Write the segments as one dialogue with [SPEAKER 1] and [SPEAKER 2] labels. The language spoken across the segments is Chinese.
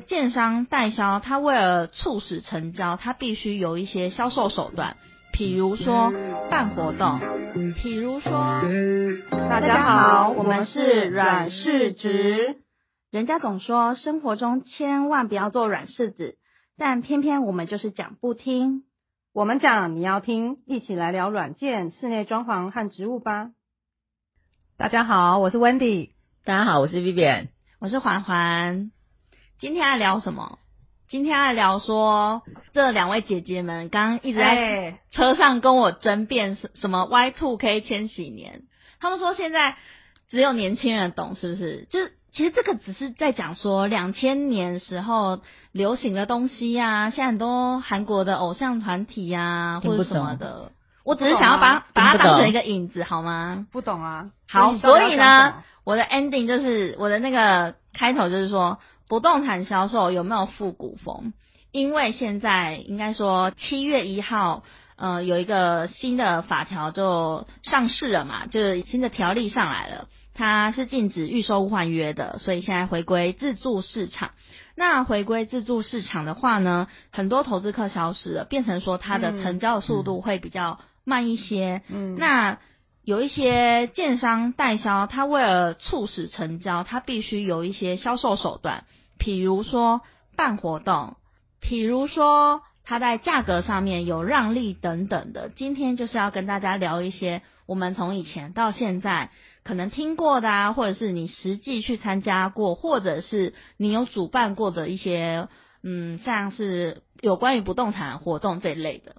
[SPEAKER 1] 建商代销，它为了促使成交，它必须有一些销售手段，比如说
[SPEAKER 2] 嗯
[SPEAKER 1] 办活动，比如说
[SPEAKER 2] 大
[SPEAKER 1] 家好我们是阮氏直。人家总说生活中千万不要做软柿子，但偏偏我们就是讲不听。
[SPEAKER 2] 我们讲你要听，一起来聊软件、室内装潢和植物吧。大家好，我是 Wendy。
[SPEAKER 3] 大家好，我是 Vivian。
[SPEAKER 1] 我是环环，今天来聊什么？今天来聊说这两位姐姐们刚刚一直在
[SPEAKER 2] 哎，
[SPEAKER 1] 车上跟我争辩什什么 Y two K 千禧年，他们说现在只有年轻人懂，是不是？就是其实这个只是在讲说两千年时候流行的东西呀、现在很多韩国的偶像团体呀、
[SPEAKER 3] 听
[SPEAKER 1] 或
[SPEAKER 3] 不
[SPEAKER 1] 者
[SPEAKER 3] 懂啊
[SPEAKER 1] 什么的，我只是想要把把它当成一个影子，好吗？
[SPEAKER 2] 不懂啊。
[SPEAKER 1] 好，
[SPEAKER 2] 所
[SPEAKER 1] 所
[SPEAKER 2] 以
[SPEAKER 1] 以呢，，我的 ending 就是我的那个开头就是说，不动产销售有没有复古风？因为现在应该说七月一号，呃，有一个新的法条就上市了嘛，就是新的条例上来了，它是禁止预售换约的，所以现在回归自住市场。那回归自住市场的话呢，很多投资客消失了，变成说它的
[SPEAKER 2] 嗯
[SPEAKER 1] 成交速度会比较慢一些。
[SPEAKER 2] 嗯，
[SPEAKER 1] 那有一些建商代销，他为了促使成交，他必须有一些销售手段，比如说办活动，比如说他在价格上面有让利等等的。今天就是要跟大家聊一些我们从以前到现在可能听过的啊，或者是你实际去参加过，或者是你有主办过的一些，嗯，像是有关于不动产活动这一类的。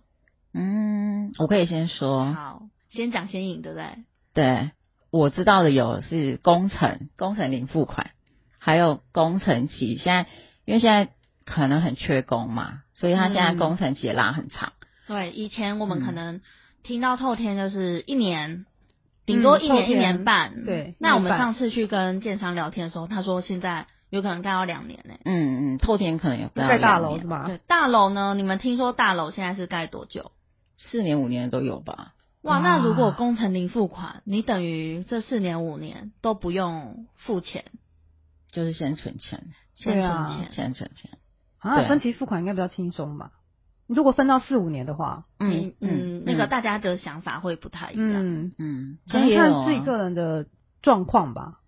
[SPEAKER 3] 嗯，我可以先说，
[SPEAKER 1] 好，先讲先赢，对不对？
[SPEAKER 3] 对我知道的有是工程，工程零付款，还有工程期。现在因为现在可能很缺工嘛，所以他现在
[SPEAKER 1] 嗯
[SPEAKER 3] 工程期也拉很长。
[SPEAKER 1] 对，以前我们可
[SPEAKER 3] 嗯
[SPEAKER 1] 能听到透天就是一年，顶多一
[SPEAKER 2] 嗯透
[SPEAKER 1] 年一年
[SPEAKER 2] 天
[SPEAKER 1] 半。
[SPEAKER 2] 对
[SPEAKER 1] 那我
[SPEAKER 2] 一年
[SPEAKER 1] 们
[SPEAKER 2] 半
[SPEAKER 1] 上次去跟建商聊天的时候，他说现在有可能干到两年呢、
[SPEAKER 3] 嗯嗯，透天可能有
[SPEAKER 2] 是在大楼是
[SPEAKER 3] 是
[SPEAKER 2] 吗？
[SPEAKER 1] 对，大楼呢？你们听说大楼现在是盖多久？
[SPEAKER 3] 四年五年都有吧？
[SPEAKER 1] 哇，
[SPEAKER 2] 哇
[SPEAKER 1] 那如果工程零付款，你等于这四年五年都不用付钱，
[SPEAKER 3] 就是先存钱，
[SPEAKER 1] 先
[SPEAKER 2] 对
[SPEAKER 1] 存
[SPEAKER 2] 啊
[SPEAKER 1] 钱。
[SPEAKER 3] 先存钱。
[SPEAKER 2] 啊，
[SPEAKER 3] 对
[SPEAKER 2] 分期付款应该比较轻松吧？如果分到四五年的话，
[SPEAKER 1] 嗯嗯，那个大
[SPEAKER 3] 大
[SPEAKER 1] 家的想法会不太一样。
[SPEAKER 2] 嗯，
[SPEAKER 3] 嗯，
[SPEAKER 2] 可
[SPEAKER 3] 现
[SPEAKER 2] 能
[SPEAKER 3] 在也有
[SPEAKER 2] 看
[SPEAKER 3] 啊
[SPEAKER 2] 自己个人的状况吧。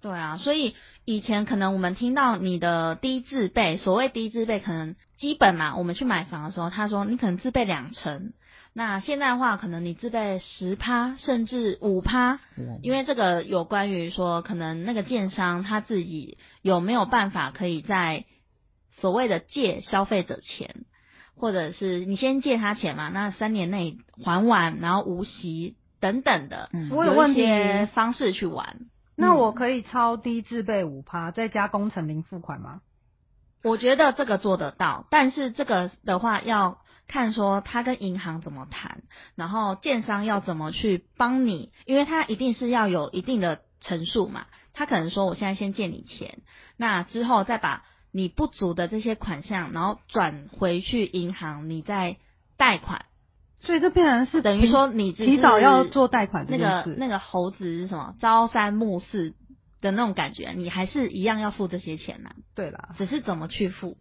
[SPEAKER 1] 对啊，所以以前可能我们听到你的低自备，所谓低自备，可能基本嘛，我们去买房的时候，他说你可能自备两成，那现在的话，可能你自备十趴甚至五趴，
[SPEAKER 3] 我
[SPEAKER 1] 因为这个有关于说，可能那个建商他自己有没有办法可以在所谓的借消费者钱，或者是你先借他钱嘛，那三年内还完，然后无息等等的，
[SPEAKER 3] 嗯
[SPEAKER 2] 我有
[SPEAKER 1] 有
[SPEAKER 2] 问
[SPEAKER 1] 一
[SPEAKER 2] 题
[SPEAKER 1] 些方式去玩。
[SPEAKER 2] 那我可以超低自备五趴，再加工程零付款吗？
[SPEAKER 1] 我觉得这个做得到，但是这个的话要看说他跟银行怎么谈，然后建商要怎么去帮你，因为他一定是要有一定的陈述嘛。他可能说我现在先借你钱，那之后再把你不足的这些款项，然后转回去银行，你再贷款，
[SPEAKER 2] 所以这变成是
[SPEAKER 1] 等于
[SPEAKER 2] 提
[SPEAKER 1] 说你只是
[SPEAKER 2] 提早要做贷款这
[SPEAKER 1] 那
[SPEAKER 2] 件
[SPEAKER 1] 个
[SPEAKER 2] 事
[SPEAKER 1] 那个猴子是什么朝三暮四的那种感觉，你还是一样要付这些钱呐、
[SPEAKER 2] 对啦，
[SPEAKER 1] 只是怎么去付。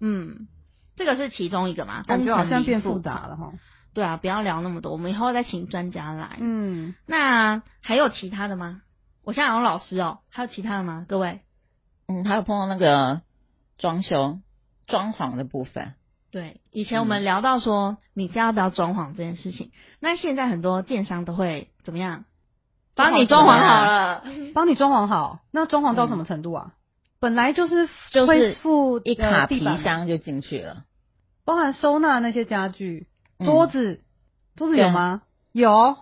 [SPEAKER 1] 嗯，这个是其中一个嘛，
[SPEAKER 2] 感觉好
[SPEAKER 1] 工程
[SPEAKER 2] 像变
[SPEAKER 1] 零付
[SPEAKER 2] 复
[SPEAKER 1] 款
[SPEAKER 2] 杂。了哈。
[SPEAKER 1] 对啊，不要聊那么多，我们以后再请专家来。
[SPEAKER 2] 嗯，
[SPEAKER 1] 那还有其他的吗？我现在有老师哦，还有其他的吗？各位，
[SPEAKER 3] 嗯，还有碰到那个装修装潢的部分，
[SPEAKER 1] 对，以前我
[SPEAKER 2] 嗯
[SPEAKER 1] 们聊到说你家要不要装潢这件事情，那现在很多建商都会怎么样，帮你装潢
[SPEAKER 3] 装潢怎么
[SPEAKER 1] 好
[SPEAKER 3] 样
[SPEAKER 1] 了，
[SPEAKER 2] 帮你装潢好，那装潢到什么程度啊？本来就是
[SPEAKER 3] 就是
[SPEAKER 2] 会付
[SPEAKER 3] 一卡
[SPEAKER 2] 呃地
[SPEAKER 3] 皮
[SPEAKER 2] 板嘛，
[SPEAKER 3] 箱就进去了。
[SPEAKER 2] 包含收纳那些家具、
[SPEAKER 3] 嗯
[SPEAKER 2] 桌子，桌子有吗？
[SPEAKER 1] 啊
[SPEAKER 2] 有，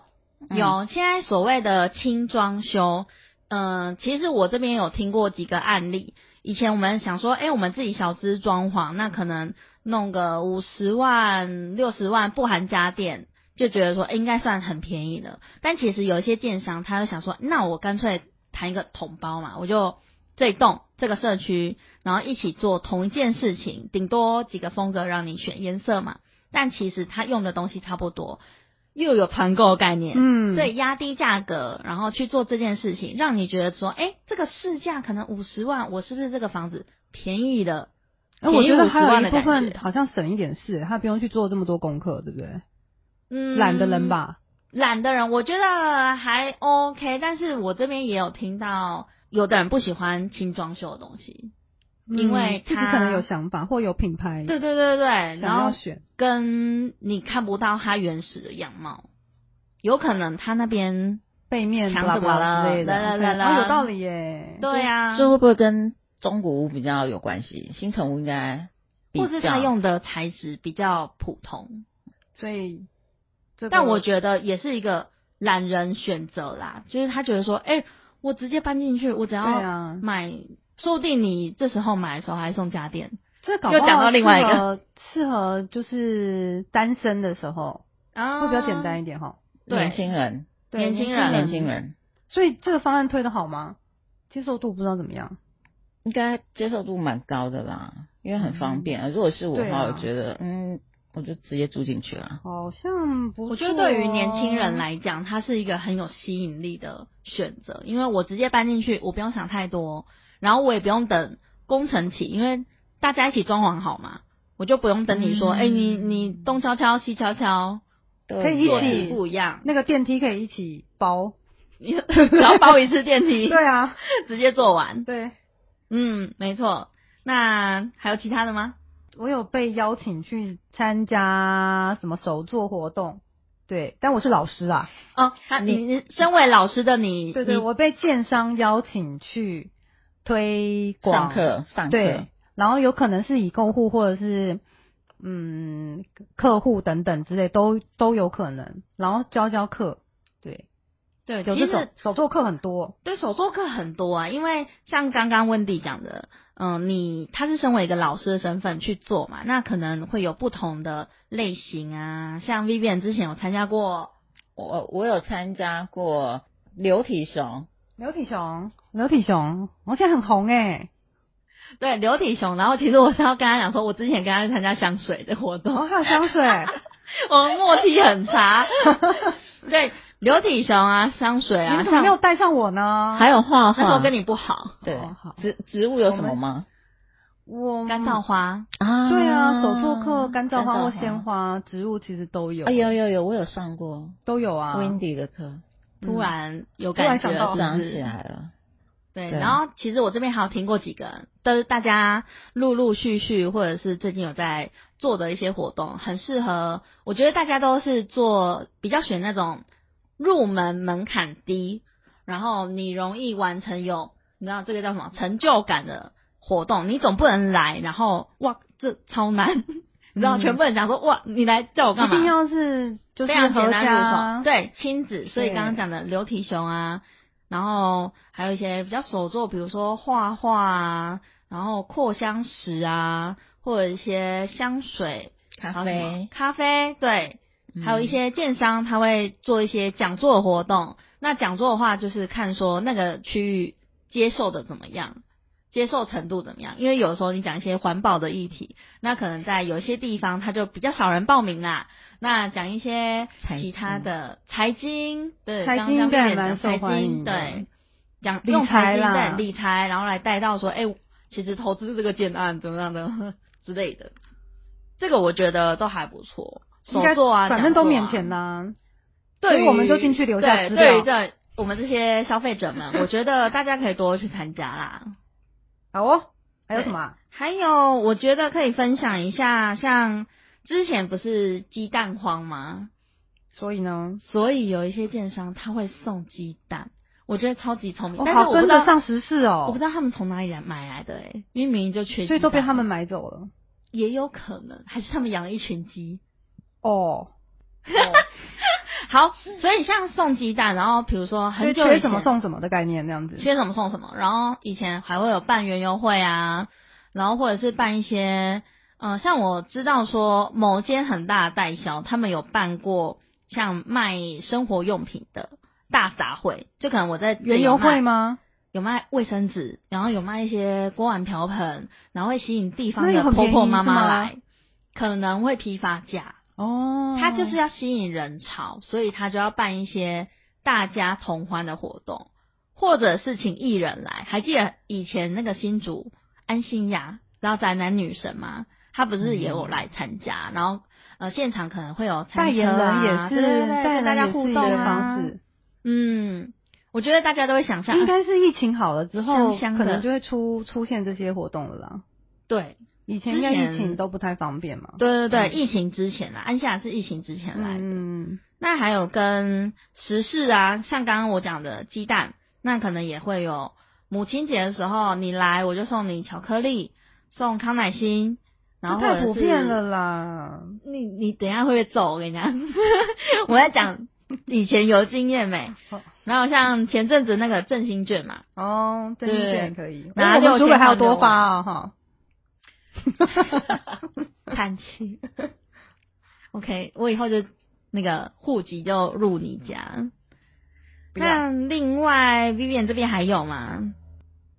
[SPEAKER 3] 嗯
[SPEAKER 1] 有，现在所谓的轻装修，嗯、其实我这边有听过几个案例。以前我们想说，哎、我们自己小资装潢，那可能弄个五十万、六十万不含家电，就觉得说、哎诶应该算很便宜了。但其实有一些建商，他就想说，那我干脆谈一个统包嘛，我就这一栋这个社区，然后一起做同一件事情，顶多几个风格让你选颜色嘛。但其实他用的东西差不多，又有团购概念，
[SPEAKER 2] 嗯，
[SPEAKER 1] 所以压低价格，然后去做这件事情，让你觉得说，哎，这个市价可能五十万，我是不是这个房子便宜的，
[SPEAKER 2] 哎，我觉得还有
[SPEAKER 1] 便宜50万
[SPEAKER 2] 一
[SPEAKER 1] 的
[SPEAKER 2] 部
[SPEAKER 1] 感
[SPEAKER 2] 分
[SPEAKER 1] 觉
[SPEAKER 2] 好像省一点事，欸他不用去做这么多功课，对不对？
[SPEAKER 1] 嗯
[SPEAKER 2] 懒的人，吧，
[SPEAKER 1] 懒的人我觉得还 OK，但是我这边也有听到有的人不喜欢轻装修的东西，因为
[SPEAKER 2] 嗯自己
[SPEAKER 1] 他
[SPEAKER 2] 可能有想法或有品牌
[SPEAKER 1] 对对对对对，
[SPEAKER 2] 想
[SPEAKER 1] 然后
[SPEAKER 2] 要选，
[SPEAKER 1] 跟你看不到他原始的样貌，有可能他那边
[SPEAKER 2] 背面
[SPEAKER 1] 想
[SPEAKER 2] 巴拉
[SPEAKER 1] 怎
[SPEAKER 2] 巴
[SPEAKER 1] 么
[SPEAKER 2] 拉之
[SPEAKER 1] 了
[SPEAKER 2] 类的，
[SPEAKER 1] 啦啦
[SPEAKER 2] OK，
[SPEAKER 1] 啦啦
[SPEAKER 2] 哦有道理耶。
[SPEAKER 1] 对啊呀、
[SPEAKER 3] 所以会不会跟中古屋比较有关系？新城屋应该比较
[SPEAKER 1] 或是他用的材质比较普通，
[SPEAKER 2] 所以这个，
[SPEAKER 1] 但我觉得也是一个懒人选择啦，就是他觉得说，哎、我直接搬进去，我只
[SPEAKER 2] 对
[SPEAKER 1] 要
[SPEAKER 2] 啊，
[SPEAKER 1] 买，说不定你这时候买的时候还送家电
[SPEAKER 2] 这搞
[SPEAKER 1] 又
[SPEAKER 2] 不好
[SPEAKER 1] 讲到另外一个
[SPEAKER 2] 适合适合就是单身的时候
[SPEAKER 1] 啊
[SPEAKER 2] 会比较简。单一点哈。
[SPEAKER 1] 对
[SPEAKER 3] 年轻人，
[SPEAKER 2] 对
[SPEAKER 1] 年轻人
[SPEAKER 3] 年轻，人
[SPEAKER 2] 所以这个方案推的好吗？接受度不知道怎么样。
[SPEAKER 3] 应该接受度蛮高的啦，因为很方便啊。如果是我的话，
[SPEAKER 2] 对啊
[SPEAKER 3] 我觉得嗯，我就直接住进去了。
[SPEAKER 2] 好像不错哦，
[SPEAKER 1] 我觉得对于年轻人来讲，它是一个很有吸引力的选择，因为我直接搬进去，我不用想太多，然后我也不用等工程期，因为大家一起装潢好嘛，我就不用等你说，
[SPEAKER 2] 嗯
[SPEAKER 1] 哎、你你东敲敲西敲敲，
[SPEAKER 3] 对啊
[SPEAKER 2] 可以一
[SPEAKER 1] 作
[SPEAKER 2] 起
[SPEAKER 1] 息不一样，
[SPEAKER 2] 那个电梯可以一起 包。
[SPEAKER 1] 你只要包一次电梯，
[SPEAKER 2] 对啊，
[SPEAKER 1] 直接做完。
[SPEAKER 2] 对，
[SPEAKER 1] 嗯，没错。那还有其他的吗？
[SPEAKER 2] 我有被邀请去参加什么手作活动，对，但我是老师啦，
[SPEAKER 1] 哦，他你你身为老师的你，
[SPEAKER 2] 对对，
[SPEAKER 1] 你
[SPEAKER 2] 我被建商邀请去推
[SPEAKER 3] 上
[SPEAKER 2] 广，
[SPEAKER 3] 课上课
[SPEAKER 2] 对，，然后有可能是以购户或者是嗯客户等等之类都都有可能，然后教教课，对，
[SPEAKER 1] 对，
[SPEAKER 2] 有
[SPEAKER 1] 其
[SPEAKER 2] 这
[SPEAKER 1] 实
[SPEAKER 2] 种手作课很多，
[SPEAKER 1] 对手作课很多啊，因为像刚刚温迪讲的，嗯、你他是身为一个老师的身份去做嘛，那可能会有不同的类型啊。像 Vivian 之前有参加过，
[SPEAKER 3] 我我有参加过流体熊，
[SPEAKER 2] 刘体熊，刘体熊，我现在很红哎、
[SPEAKER 1] 对流体熊，然后其实我是要跟他讲说，我之前跟他去参加香水的活
[SPEAKER 2] 然后
[SPEAKER 1] 动，
[SPEAKER 2] 还有香 水，
[SPEAKER 1] 我们默契很 差。对流体熊啊，香水
[SPEAKER 2] 你
[SPEAKER 1] 啊，
[SPEAKER 2] 们怎么
[SPEAKER 1] 像
[SPEAKER 2] 没有带上我呢？
[SPEAKER 3] 还有画
[SPEAKER 1] 那时候
[SPEAKER 3] 画，
[SPEAKER 1] 跟你不好，
[SPEAKER 3] 对
[SPEAKER 2] 哦好
[SPEAKER 3] 植植物有什么吗？
[SPEAKER 2] 我
[SPEAKER 1] 干燥花，
[SPEAKER 3] 啊
[SPEAKER 2] 对啊，手作课、干燥花哎或鲜
[SPEAKER 3] 花。
[SPEAKER 2] 花、植物其实都有，
[SPEAKER 3] 啊，有有有，我有上过
[SPEAKER 2] 都有啊。
[SPEAKER 3] Wendy 的课，
[SPEAKER 1] 突然有
[SPEAKER 2] 突然
[SPEAKER 1] 感觉
[SPEAKER 2] 想
[SPEAKER 1] 了，
[SPEAKER 2] 到
[SPEAKER 1] 是
[SPEAKER 3] 想
[SPEAKER 1] 不
[SPEAKER 3] 起
[SPEAKER 1] 是？
[SPEAKER 3] 来了。
[SPEAKER 1] 对，
[SPEAKER 3] 对
[SPEAKER 1] 然后其实我这边还有听过几个，都是大家陆陆续续或者是最近有在做的一些活动，很适合。我觉得大家都是做比较选那种入门门槛低，然后你容易完成有你知道这个叫什么成就感的活动。你总不能来，然后哇这超难， 你知道、
[SPEAKER 2] 嗯
[SPEAKER 1] 全部人想说哇你来叫我干
[SPEAKER 2] 一
[SPEAKER 1] 嘛？
[SPEAKER 2] 定要是就是
[SPEAKER 1] 非常
[SPEAKER 2] 合
[SPEAKER 1] 简单入
[SPEAKER 2] 家
[SPEAKER 1] 手，对亲子，所以
[SPEAKER 2] 对
[SPEAKER 1] 刚刚讲的流体熊啊，然后还有一些比较手作，比如说画画啊，然后扩香石啊，或者一些香水、
[SPEAKER 3] 咖
[SPEAKER 1] 还有什么
[SPEAKER 3] 啡，
[SPEAKER 1] 咖啡，对，
[SPEAKER 3] 嗯
[SPEAKER 1] 还有一些建商他会做一些讲座的活动。那讲座的话，就是看说那个区域接受的怎么样，接受程度怎么样。因为有的时候你讲一些环保的议题，那可能在有一些地方它就比较少人报名啦。那讲一些
[SPEAKER 3] 财
[SPEAKER 1] 其他的财经，对，
[SPEAKER 2] 财
[SPEAKER 1] 刚
[SPEAKER 2] 经
[SPEAKER 1] 刚
[SPEAKER 2] 应该
[SPEAKER 1] Vivian
[SPEAKER 2] 还蛮
[SPEAKER 1] 讲财
[SPEAKER 2] 受欢迎
[SPEAKER 1] 经，
[SPEAKER 2] 的
[SPEAKER 1] 对，讲
[SPEAKER 2] 理
[SPEAKER 1] 用财
[SPEAKER 2] 财
[SPEAKER 1] 经
[SPEAKER 2] 啦
[SPEAKER 1] 对理财，然后来带到说，哎、其实投资这个建案怎么样的 之类的，这个我觉得都还不错。手
[SPEAKER 2] 应该
[SPEAKER 1] 作啊，
[SPEAKER 2] 反正都免
[SPEAKER 1] 讲
[SPEAKER 2] 钱
[SPEAKER 1] 座啊。
[SPEAKER 2] 啦。所
[SPEAKER 1] 对
[SPEAKER 2] 以
[SPEAKER 1] 于，
[SPEAKER 2] 我们就进去留下
[SPEAKER 1] 对
[SPEAKER 2] 资料
[SPEAKER 1] 对于这我们这些消费者们，我觉得大家可以多去参加啦。
[SPEAKER 2] 好哦，还有什么啊？
[SPEAKER 1] 还有，我觉得可以分享一下，像之前不是鸡蛋荒吗？
[SPEAKER 2] 所以呢，
[SPEAKER 1] 所以有一些建商他会送鸡蛋，我觉得超级聪明，
[SPEAKER 2] 我
[SPEAKER 1] 但是
[SPEAKER 2] 哦好
[SPEAKER 1] 我不知
[SPEAKER 2] 跟
[SPEAKER 1] 道
[SPEAKER 2] 得，上时事
[SPEAKER 1] 我不
[SPEAKER 2] 哦
[SPEAKER 1] 知，道他们从哪里来买来的哎、欸，因为明明就缺鸡蛋，
[SPEAKER 2] 所以都被他们买走了。
[SPEAKER 1] 也有可能，还是他们养了一群鸡。
[SPEAKER 2] 哦，
[SPEAKER 1] 好，所以像送鸡蛋，然后比如说
[SPEAKER 2] 所以
[SPEAKER 1] 很久以
[SPEAKER 2] 缺
[SPEAKER 1] 前
[SPEAKER 2] 什么送什么的概念，那样子。
[SPEAKER 1] 缺什么送什么，然后以前还会有办园游会啊，然后或者是办一些，嗯、像我知道说某间很大的代销，他们有办过像卖生活用品的大杂烩，就可能我在
[SPEAKER 2] 园游会
[SPEAKER 1] 吗？
[SPEAKER 2] 吗？
[SPEAKER 1] 有卖卫生纸，然后有卖一些锅碗瓢盆，然后会吸引地方
[SPEAKER 2] 那
[SPEAKER 1] 的
[SPEAKER 2] 也很
[SPEAKER 1] 婆
[SPEAKER 2] 便宜
[SPEAKER 1] 婆妈
[SPEAKER 2] 是
[SPEAKER 1] 妈
[SPEAKER 2] 吗
[SPEAKER 1] 来，可能会批发价。
[SPEAKER 2] 哦，
[SPEAKER 1] 他就是要吸引人潮，所以他就要办一些大家同欢的活动，或者是请艺人来。还记得以前那个新竹，哎、安心亚，然后宅男女神嘛，她不是也有来参加，然后呃现场可能会有餐
[SPEAKER 2] 嗯代言
[SPEAKER 1] 车
[SPEAKER 2] 人
[SPEAKER 1] 啊
[SPEAKER 2] 也是，
[SPEAKER 1] 对对对
[SPEAKER 2] 代
[SPEAKER 1] 跟
[SPEAKER 2] 言
[SPEAKER 1] 大
[SPEAKER 2] 人
[SPEAKER 1] 家
[SPEAKER 2] 也
[SPEAKER 1] 互
[SPEAKER 2] 是一
[SPEAKER 1] 动
[SPEAKER 2] 个
[SPEAKER 1] 啊
[SPEAKER 2] 方式。
[SPEAKER 1] 嗯，我觉得大家都会想象，
[SPEAKER 2] 应
[SPEAKER 1] 啊
[SPEAKER 2] 该是疫情好了之后，
[SPEAKER 1] 香香
[SPEAKER 2] 可
[SPEAKER 1] 的
[SPEAKER 2] 能就会出出现这些活动了啦。
[SPEAKER 1] 对
[SPEAKER 2] 以前应该
[SPEAKER 1] 之前
[SPEAKER 2] 疫情都不太方便嘛。
[SPEAKER 1] 对对对，疫情之前啊啦，安夏是疫情之前来的。
[SPEAKER 2] 嗯，
[SPEAKER 1] 那还有跟时事啊，像刚刚我讲的鸡蛋，那可能也会有母亲节的时候，你来我就送你巧克力，送康乃馨，然
[SPEAKER 2] 这
[SPEAKER 1] 后或者
[SPEAKER 2] 太
[SPEAKER 1] 是
[SPEAKER 2] 普遍了啦。
[SPEAKER 1] 你你等一下会不会走？我跟你讲， 我在讲以前有经验没
[SPEAKER 2] 好？
[SPEAKER 1] 然后像前阵子那个振兴券 嘛，
[SPEAKER 2] 哦，真
[SPEAKER 1] 对
[SPEAKER 2] 的可以。
[SPEAKER 1] 拿
[SPEAKER 2] 我
[SPEAKER 1] 六
[SPEAKER 2] 们主
[SPEAKER 1] 千
[SPEAKER 2] 委还有
[SPEAKER 1] 换六
[SPEAKER 2] 多
[SPEAKER 1] 万
[SPEAKER 2] 发啊哈。
[SPEAKER 1] 叹气。OK，我以后就那个户籍就入你家。
[SPEAKER 2] 不要
[SPEAKER 1] 那另外 Vivian 这边还有吗？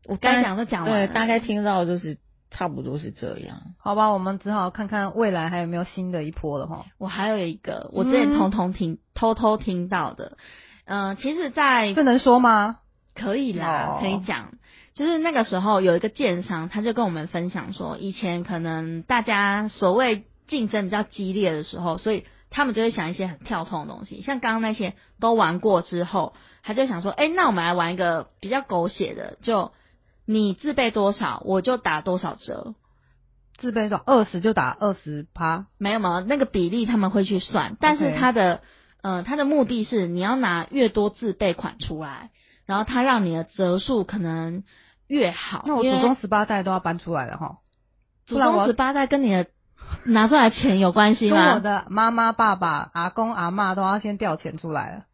[SPEAKER 1] 我
[SPEAKER 3] 大
[SPEAKER 1] 该
[SPEAKER 3] 概
[SPEAKER 1] 讲都讲完
[SPEAKER 3] 对，
[SPEAKER 1] 了，
[SPEAKER 3] 大概听到就是差不多是这样。
[SPEAKER 2] 好吧，我们只好看看未来还有没有新的一波了哈。
[SPEAKER 1] 我还有一个，我之前
[SPEAKER 2] 嗯
[SPEAKER 1] 偷偷听、偷偷听到的，嗯、其实，在
[SPEAKER 2] 这能说吗？
[SPEAKER 1] 可以啦，
[SPEAKER 2] 哦
[SPEAKER 1] 可以讲，就是那个时候有一个建商，他就跟我们分享说，以前可能大家所谓竞争比较激烈的时候，所以他们就会想一些很跳痛的东西，像刚刚那些都玩过之后，他就想说，哎、那我们来玩一个比较狗血的，就你自备多少，我就打多少折。
[SPEAKER 2] 自备说二十就打二十趴，
[SPEAKER 1] 没有没有，那个比例他们会去算，但是
[SPEAKER 2] OK
[SPEAKER 1] 他的呃他的目的是你要拿越多自备款出来，然后他让你的折数可能越好。
[SPEAKER 2] 那我祖
[SPEAKER 1] 因为
[SPEAKER 2] 宗十八代都要搬出来了哈。
[SPEAKER 1] 祖
[SPEAKER 2] 不然
[SPEAKER 1] 宗
[SPEAKER 2] 我
[SPEAKER 1] 十八代跟你的拿出来的钱有关系
[SPEAKER 2] 跟我
[SPEAKER 1] 吗？
[SPEAKER 2] 的妈妈、爸爸、阿公、阿嬷都要先调钱出来了。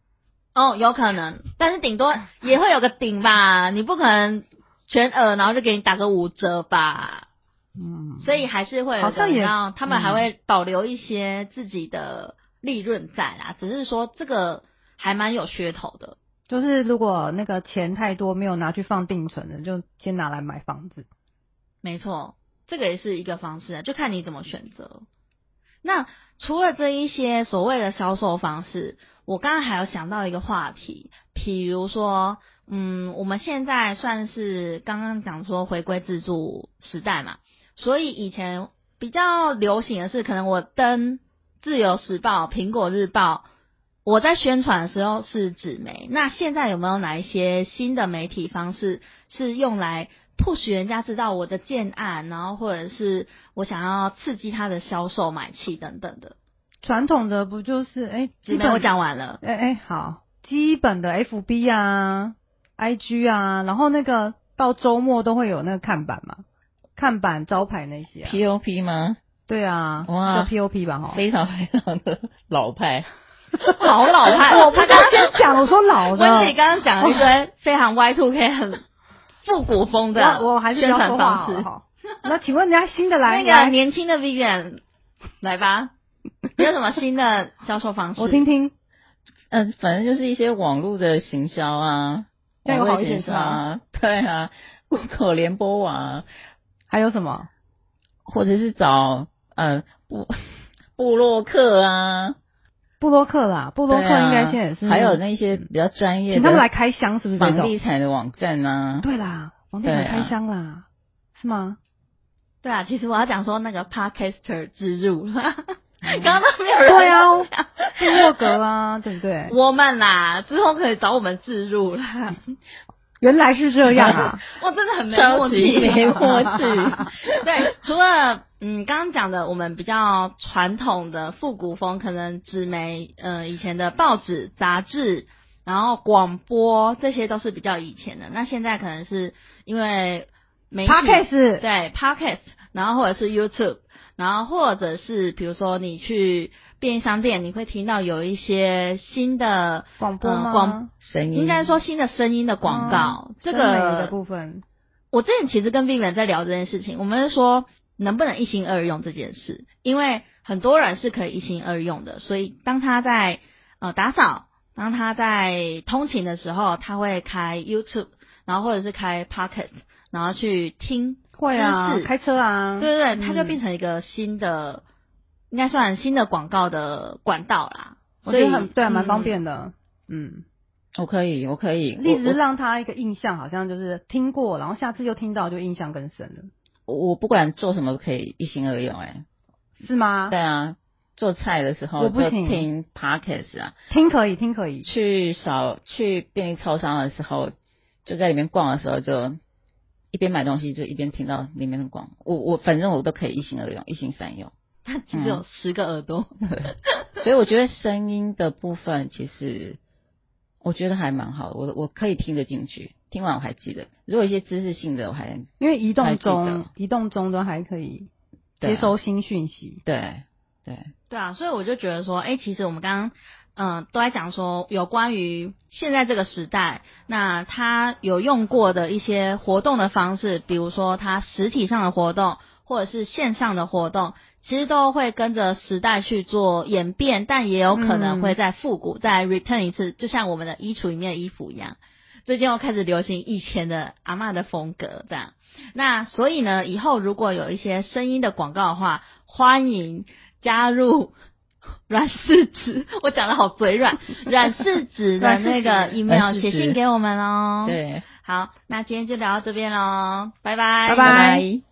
[SPEAKER 1] 哦，有可能，但是顶多也会有个顶吧，你不可能全额，然后就给你打个五折吧，
[SPEAKER 2] 嗯，
[SPEAKER 1] 所以还是会有
[SPEAKER 2] 好像也
[SPEAKER 1] 然后他们还会保留一些自己的利润在啦，只是说这个还蛮有噱头的。
[SPEAKER 2] 就是如果那个钱太多没有拿去放定存的，就先拿来买房子。
[SPEAKER 1] 没错，这个也是一个方式啊，就看你怎么选择。那除了这一些所谓的销售方式，我刚刚还有想到一个话题，比如说，嗯，我们现在算是刚刚讲说回归自助时代嘛，所以以前比较流行的是，可能我登《自由时报》《苹果日报》，我在宣传的时候是纸媒。那现在有没有哪一些新的媒体方式是用来 push 人家知道我的建案，然后或者是我想要刺激他的销售买气等等的？
[SPEAKER 2] 传统的不就是哎、
[SPEAKER 1] 纸
[SPEAKER 2] 基
[SPEAKER 1] 媒
[SPEAKER 2] 本
[SPEAKER 1] 我讲完 了，
[SPEAKER 2] 哎哎、好，基本的 FB 啊、IG 啊，然后那个到周末都会有那个看板嘛，看板招牌那些、啊。哦
[SPEAKER 3] POP 吗？
[SPEAKER 2] 对啊，
[SPEAKER 3] 哇
[SPEAKER 2] 叫 POP 吧哈。
[SPEAKER 3] 非常非常的 老派，
[SPEAKER 1] 好老派，
[SPEAKER 2] 哦
[SPEAKER 1] 我不知道
[SPEAKER 2] 先讲，我说老的，
[SPEAKER 1] 温姐刚刚讲了一堆非常 Y two K 很复古风的
[SPEAKER 2] 我我还是不
[SPEAKER 1] 啊宣
[SPEAKER 2] 要
[SPEAKER 1] 传
[SPEAKER 2] 说话
[SPEAKER 1] 方
[SPEAKER 2] 好了
[SPEAKER 1] 式。
[SPEAKER 2] 哈。那请问人家新的来
[SPEAKER 1] 那个
[SPEAKER 2] 来，
[SPEAKER 1] 年轻的 Vivian 来吧，你有什么新的销售方式？
[SPEAKER 2] 我听听，
[SPEAKER 3] 嗯、反正就是一些网络的行销啊，
[SPEAKER 2] 这样有
[SPEAKER 3] 网
[SPEAKER 2] 好
[SPEAKER 3] 络
[SPEAKER 2] 一点
[SPEAKER 3] 行销啊，对啊，Google 联播网啊，
[SPEAKER 2] 还有什么？
[SPEAKER 3] 或者是找呃部部落客啊，
[SPEAKER 2] 布洛克啦，布
[SPEAKER 3] 布
[SPEAKER 2] 洛克
[SPEAKER 1] 啊
[SPEAKER 2] 应该现在也是，
[SPEAKER 3] 还有那些比较专业
[SPEAKER 2] 请他们来
[SPEAKER 3] 的
[SPEAKER 2] 开箱，是不是这
[SPEAKER 3] 房
[SPEAKER 2] 种？
[SPEAKER 3] 地产的网站啊，
[SPEAKER 2] 对啦，房地产开箱啦，
[SPEAKER 1] 啊
[SPEAKER 2] 是吗？
[SPEAKER 1] 对啊，其实我要讲说那个 Podcaster 植 入，刚刚都没有人
[SPEAKER 2] 对啊
[SPEAKER 1] 讲
[SPEAKER 2] 布洛格 啦，对不对？
[SPEAKER 1] 我们啦，之后可以找我们置入啦。
[SPEAKER 2] 原来是这样啊，
[SPEAKER 1] 我真的很没
[SPEAKER 3] 超
[SPEAKER 1] 默
[SPEAKER 3] 级
[SPEAKER 1] 契，
[SPEAKER 3] 没 默契。
[SPEAKER 1] 对，除了嗯刚刚讲的我们比较传统的复古风，可能纸媒，呃，以前的报纸、杂志，然后广播，这些都是比较以前的。那现在可能是因为媒体
[SPEAKER 2] Podcast
[SPEAKER 1] 对 podcast，然后或者是 YouTube，然后或者是比如说你去便利商店，你会听到有一些新的
[SPEAKER 2] 广播
[SPEAKER 1] 呃
[SPEAKER 2] 吗？
[SPEAKER 1] 广
[SPEAKER 3] 声音
[SPEAKER 1] 应该说新的声音的广
[SPEAKER 3] 嗯
[SPEAKER 1] 告，这
[SPEAKER 2] 声美的
[SPEAKER 1] 个
[SPEAKER 2] 部分，
[SPEAKER 1] 我之前其实跟 Vivian 在聊这件事情，我们是说能不能一心二用这件事，因为很多人是可以一心二用的，所以当他在呃打扫，当他在通勤的时候，他会开 YouTube，然后或者是开 Pocket，然后去听，
[SPEAKER 2] 会啊
[SPEAKER 1] 知，识
[SPEAKER 2] 开车啊，
[SPEAKER 1] 对对
[SPEAKER 2] 嗯
[SPEAKER 1] 对，它就变成一个新的，应该算新的广告的管道啦，
[SPEAKER 2] 我
[SPEAKER 1] 所
[SPEAKER 2] 觉
[SPEAKER 1] 以
[SPEAKER 2] 得很对啊，蛮
[SPEAKER 1] 嗯
[SPEAKER 2] 方。便的，嗯。
[SPEAKER 3] 我可以，我可以，
[SPEAKER 2] 一直
[SPEAKER 3] 我我
[SPEAKER 2] 让他一个印象，好像就是听过，然后下次又听到，就印象更深了。
[SPEAKER 3] 我不管做什么都可以一心二用、欸，
[SPEAKER 2] 是吗？
[SPEAKER 3] 对啊，做菜的时候
[SPEAKER 2] 我不
[SPEAKER 3] 就
[SPEAKER 2] 行
[SPEAKER 3] 听 podcast 啊，
[SPEAKER 2] 听可以，听可以，
[SPEAKER 3] 去扫去便利超商的时候，就在里面逛的时候就。一边买东西就一边听到里面的广，我我反正我都可以一心二用，一心三用，
[SPEAKER 1] 它只
[SPEAKER 2] 嗯
[SPEAKER 1] 有十个耳朵，
[SPEAKER 3] 所以我觉得声音的部分其实我觉得还蛮好的，我我可以听得进去，听完我还记得。如果一些知识性的我还
[SPEAKER 2] 因为移
[SPEAKER 3] 还
[SPEAKER 2] 动
[SPEAKER 3] 记得
[SPEAKER 2] 中，移动中都还可以
[SPEAKER 3] 对啊
[SPEAKER 2] 接收新讯息。
[SPEAKER 3] 对对，
[SPEAKER 1] 对啊，所以我就觉得说，哎、其实我们刚刚。嗯，都在讲说有关于现在这个时代，那他有用过的一些活动的方式，比如说他实体上的活动，或者是线上的活动，其实都会跟着时代去做演变，但也有可能会再复古、再 return 一次，就像我们的衣橱里面的衣服一样。最近又开始流行以前的阿嬷的风格，这样。那所以呢，以后如果有一些声音的广告的话，欢迎加入软柿子，我讲的好嘴软，软柿子的那个
[SPEAKER 2] 软柿子
[SPEAKER 3] 软柿
[SPEAKER 1] email
[SPEAKER 3] 子
[SPEAKER 1] 写信给我们哦。，
[SPEAKER 3] 对，
[SPEAKER 1] 好，那今天就聊到这边喽，拜拜，
[SPEAKER 2] 拜拜
[SPEAKER 3] 拜